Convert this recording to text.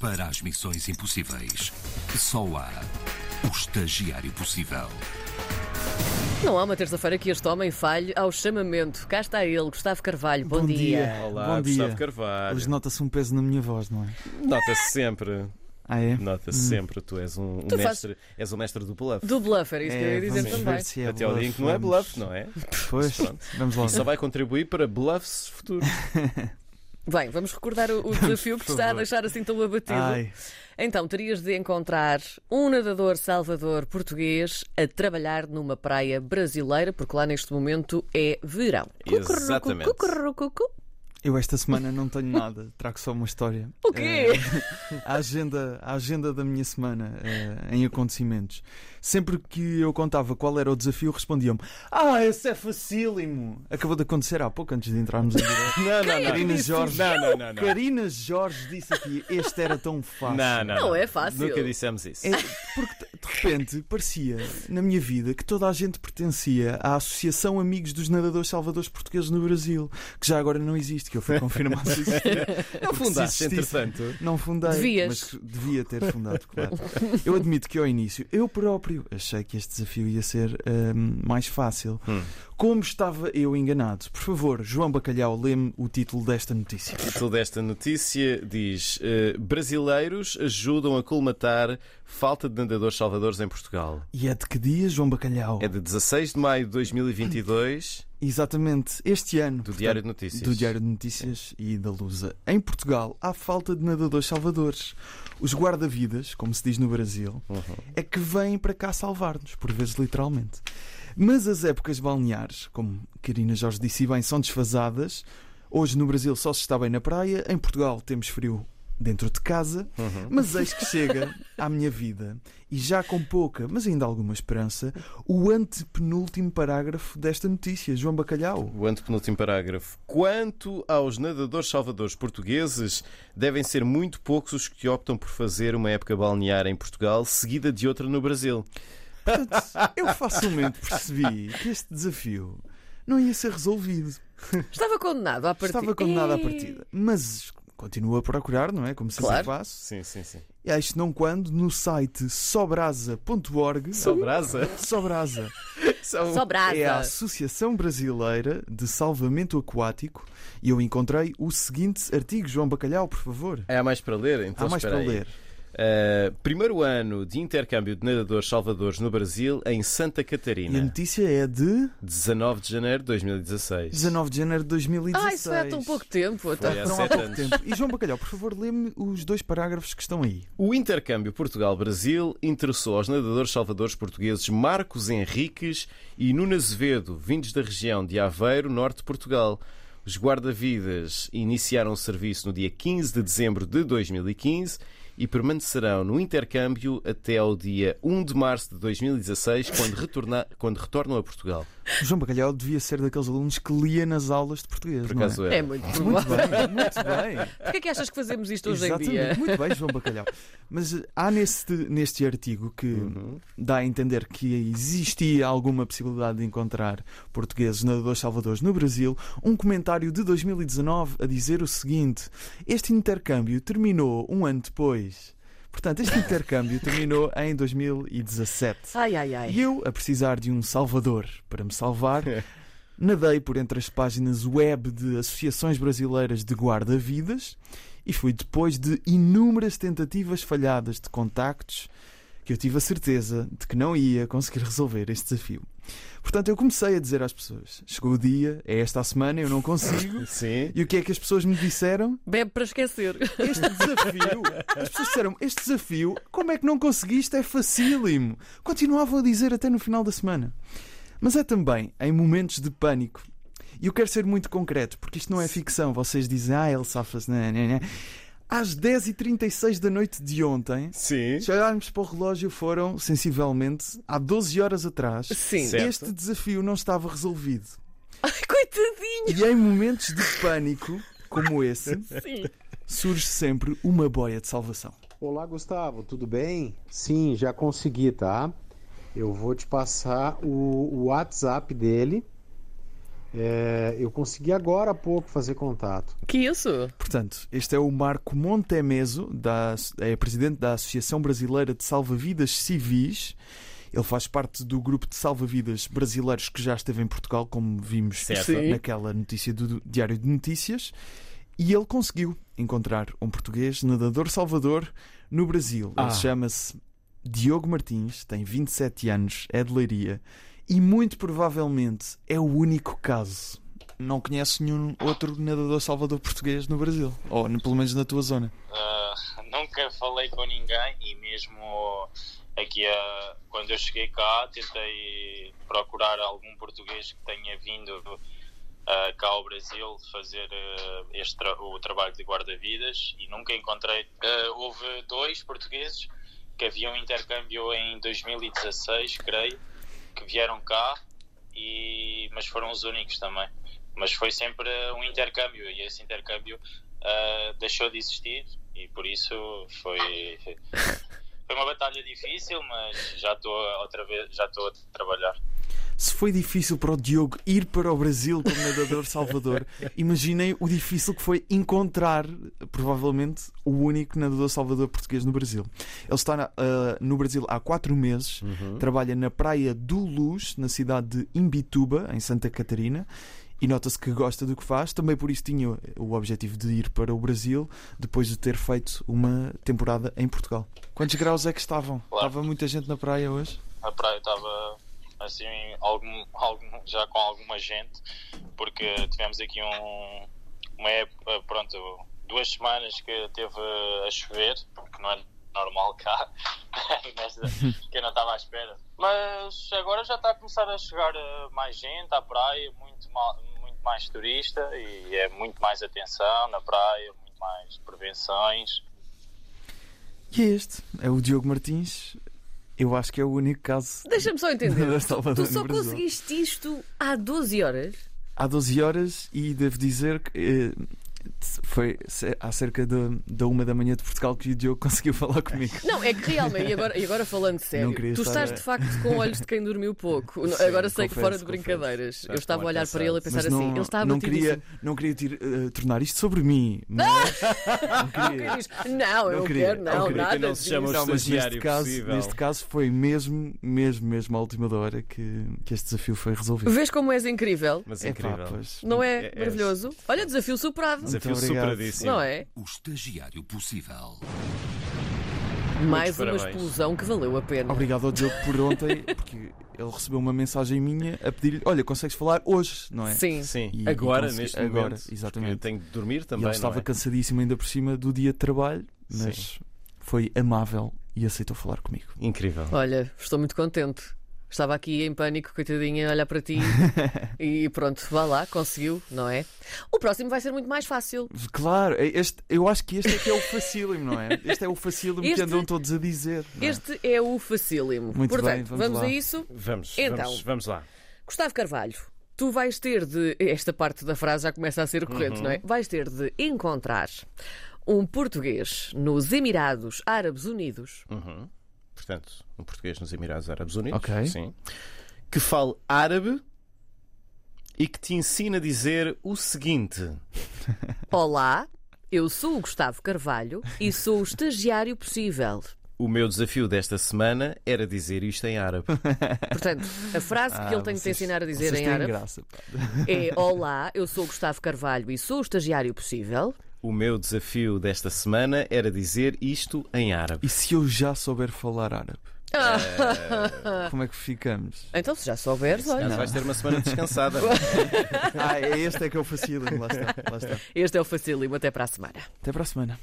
Para as missões impossíveis, só há o estagiário possível. Não há uma terça-feira que este homem falhe ao chamamento. Cá está ele, Gustavo Carvalho. Bom, dia. Olá, Bom Gustavo dia. Carvalho. Hoje nota-se um peso na minha voz, não é? Nota-se sempre. Ah, é? Nota-se sempre. Tu és um, um Tu fazes- mestre. És um mestre do bluff. Do bluffer, isso que eu ia É, dizer vamos também. ver se é Até ao bluff, dia em que não é vamos- bluff, não é? Pois, Pronto. vamos lá. E só vai contribuir para bluffs futuros. Bem, vamos recordar o, o desafio que te está a favor. deixar assim tão abatido. Ai, Então, terias de encontrar um nadador salvador português a trabalhar numa praia brasileira, porque lá neste momento é verão. Exatamente. Cucurrucucu. eu esta semana não tenho nada, trago só uma história. O quê? Eh, a, agenda, a agenda da minha semana eh, em acontecimentos. Sempre que eu contava qual era o desafio, respondiam-me: Ah, esse é facílimo! Acabou de acontecer há pouco antes de entrarmos em direto. Não, não, não. Carina Jorge. Não, não, não. Não, Karina Jorge disse aqui: Este era tão fácil. não, não, Não é fácil. Nunca dissemos isso. É, porque de- de repente parecia na minha vida que toda a gente pertencia à Associação Amigos dos Nadadores Salvadores Portugueses no Brasil, que já agora não existe, que eu fui confirmar se existia. Não fundaste, existisse- entretanto. Não fundei, Devias. mas devia ter fundado, claro. Eu admito que ao início eu próprio achei que este desafio ia ser hum, mais fácil. Hum. Como estava eu enganado? Por favor, João Bacalhau, lê-me o título desta notícia. O título desta notícia diz: eh, Brasileiros ajudam a colmatar falta de nadadores salvadores em Portugal. E é de que dia, João Bacalhau? É de 16 de maio de 2022, Exatamente, este ano. do Diário de Notícias. do Diário de Notícias e da Lusa. Em Portugal, há falta de nadadores salvadores. Os guarda-vidas, como se diz no Brasil, é que vêm para cá salvar-nos, por vezes literalmente. Mas as épocas balneares, como Karina Jorge disse bem, são desfasadas. Hoje no Brasil só se está bem na praia, em Portugal temos frio dentro de casa, mas eis que chega à minha vida, e já com pouca, mas ainda alguma esperança, o antepenúltimo parágrafo desta notícia, João Bacalhau. O antepenúltimo parágrafo. Quanto aos nadadores salvadores portugueses, devem ser muito poucos os que optam por fazer uma época balnear em Portugal, seguida de outra no Brasil. Portanto, eu facilmente percebi que este desafio não ia ser resolvido. Estava condenado à partida. Estava condenado à Ih, partida. Mas continuo a procurar, não é? Como sempre Claro. faço. Sim, sim, sim. E há isto não quando, no site sobrasa.org. Só brasa. Sobrasa Só... Só brasa. é a Associação Brasileira de Salvamento Aquático e eu encontrei o seguinte artigo. João Bacalhau, por favor. Há mais para ler? Então Há mais espera para aí. ler. Uh, primeiro ano de intercâmbio de nadadores salvadores no Brasil, em E Santa a Catarina. notícia é de 19 de janeiro de 2016. 19 de janeiro de 2016. Ah, isso é há tão pouco tempo. então. Foi há Não há É sete pouco anos. tempo. E João Bacalhau, por favor, lê-me os dois parágrafos que estão aí. O intercâmbio Portugal-Brasil interessou aos nadadores salvadores portugueses Marcos Henriques e Nuno Azevedo, vindos da região de Aveiro, norte de Portugal. Os guarda-vidas iniciaram o serviço no dia 15 de dezembro de 2015 e permanecerão no intercâmbio até ao dia 1 de março de 2016, quando, retorna- quando retornam a Portugal. O João Bacalhau devia ser daqueles alunos que lia nas aulas de português. Por não acaso é? era. É muito Muito provável. bem, muito bem. Porquê é que achas que fazemos isto hoje Exatamente, em dia? muito bem, João Bacalhau. Mas eh, há neste, neste artigo que Uhum. dá a entender que existia alguma possibilidade de encontrar portugueses nadadores salvadores no Brasil, um comentário de 2019 a dizer o seguinte: Este intercâmbio terminou um ano depois. Portanto, este intercâmbio terminou em 2017. Ai, ai, ai. E eu, a precisar de um salvador para me salvar, nadei por entre as páginas web de associações brasileiras de guarda-vidas e fui depois de inúmeras tentativas falhadas de contactos que eu tive a certeza de que não ia conseguir resolver este desafio. Portanto, eu comecei a dizer às pessoas: chegou o dia, é esta a semana, eu não consigo. Sim. E o que é que as pessoas me disseram? Bebe para esquecer. Este desafio. As pessoas disseram: Este desafio, como é que não conseguiste? É facílimo. Continuavam a dizer até no final da semana. Mas é também em momentos de pânico. E eu quero ser muito concreto, porque isto não é ficção. Vocês dizem, ah, ele safa-se. né, né, né." Às 10h36 da noite de ontem, Sim. se olharmos para o relógio, foram sensivelmente há 12 horas atrás. Sim. Certo. Este desafio não estava resolvido. Ai, coitadinho. E em momentos de pânico, como esse, Sim. surge sempre uma boia de salvação. Olá, Gustavo, tudo bem? Sim, já consegui, tá? Eu vou te passar o o WhatsApp dele. É, eu consegui agora há pouco fazer contato. Que isso? Portanto, este é o Marco Montemeso, da, é presidente da Associação Brasileira de Salvavidas Civis. Ele faz parte do grupo de salvavidas brasileiros que já esteve em Portugal, como vimos Certo. Sim. naquela notícia do Diário de Notícias. E ele conseguiu encontrar um português nadador salvador no Brasil. Ah. Ele chama-se Diogo Martins, tem 27 anos, é de Leiria e muito provavelmente é o único caso. Não conheço nenhum outro nadador salvador português no Brasil, ou n- pelo menos na tua zona. Ah, nunca falei com ninguém e mesmo aqui ah, quando eu cheguei cá tentei procurar algum português que tenha vindo ah, cá ao Brasil fazer ah, este tra- o trabalho de guarda-vidas e nunca encontrei. Ah, houve dois portugueses que haviam intercâmbio em 2016, creio, que vieram cá e mas foram os únicos também. Mas foi sempre um intercâmbio e esse intercâmbio ah, deixou de existir e por isso foi foi uma batalha difícil, mas já estou outra vez já estou a trabalhar. Se foi difícil para o Diogo ir para o Brasil como nadador salvador, imaginem o difícil que foi encontrar, provavelmente, o único nadador salvador português no Brasil. Ele está na- ah, no Brasil há quatro meses, trabalha na Praia do Luz, na cidade de Imbituba, em Santa Catarina. E nota-se que gosta do que faz, também por isso tinha o objetivo de ir para o Brasil depois de ter feito uma temporada em Portugal. Quantos graus é que estavam? Claro. Estava muita gente na praia hoje? a praia estava assim algum, algum, já com alguma gente porque tivemos aqui um uma época, pronto duas semanas que teve a chover porque não é normal cá nesta- que eu não estava à espera mas agora já está a começar a chegar eh, mais gente à praia muito mal, muito mais turista e é muito mais atenção na praia muito mais prevenções E é este, é o Diogo Martins. Eu acho que é o único caso. Deixa-me só de entender. Salvador Tu só no Brasil. conseguiste isto há 12 horas? Há 12 horas e devo dizer que eh, foi ce- há cerca de- da uma da manhã de Portugal que o Diogo conseguiu falar comigo. Não, é que realmente, e agora, e agora falando sério, Não queria tu estar estás a- de facto com olhos de quem dormiu pouco. Sim, agora sei que confesso, fora de confesso. brincadeiras. Já Eu estava a estou olhar cansado. para ele e pensar Mas assim, não, ele está assim. não abatidíssimo. queria, não queria tir- eh, tornar isto sobre mim. Mas, não queria. Diz, assim, Não, eu não queria, quero, não, não queria. nada Que não se disso." chama Não, mas neste estagiário caso, possível. neste caso foi mesmo, mesmo, mesmo à última da hora que, que este desafio foi resolvido. Vês como és incrível? Mas É incrível. pois. Não é, É- é- maravilhoso? Olha, desafio superado. Desafio Muito obrigado. superadíssimo. Não é? O estagiário possível. Mais uma parabéns. explosão que valeu a pena. Obrigado ao Diogo por ontem, porque ele recebeu uma mensagem minha a pedir-lhe: Olha, consegues falar hoje, não é? Sim. Sim, E- agora, e consegui- neste agora, momento. exatamente. porque Tenho de dormir E também. ele estava não é? cansadíssimo ainda por cima do dia de trabalho, mas Sim. foi amável e aceitou falar comigo. Incrível. Olha, estou muito contente. Estava aqui em pânico, coitadinha, a olhar para ti. e pronto, vá lá, conseguiu, não é? O próximo vai ser muito mais fácil. Claro, é este, eu acho que este é que é o facílimo, não é? Este é o facílimo Este- que andam todos a dizer. não é? Este é o facílimo. Muito Portanto, bem, vamos lá. a isso. Vamos, Então. vamos, vamos lá. Gustavo Carvalho, tu vais ter de. Esta parte da frase já começa a ser Uhum. corrente, não é? Vais ter de encontrar um português nos Emirados Árabes Unidos. Uhum. Portanto, um português nos Emirados Árabes Unidos. Ok. Sim. Que fale árabe e que te ensina a dizer o seguinte. Olá, eu sou o Gustavo Carvalho e sou o estagiário possível. O meu desafio desta semana era dizer isto em árabe. Portanto, a frase que ele Ah, tem de te vocês- ensinar a dizer vocês em têm árabe graça, pá. é Olá, eu sou o Gustavo Carvalho e sou o estagiário possível. O meu desafio desta semana era dizer isto em árabe. E se eu já souber falar árabe? Ah. Como é que ficamos? Então, se já souberes, olha. Mas vais ter uma semana descansada. Ah, é este é que é o facílimo, lá está, lá está. Este é o facílimo. Até para a semana. Até para a semana.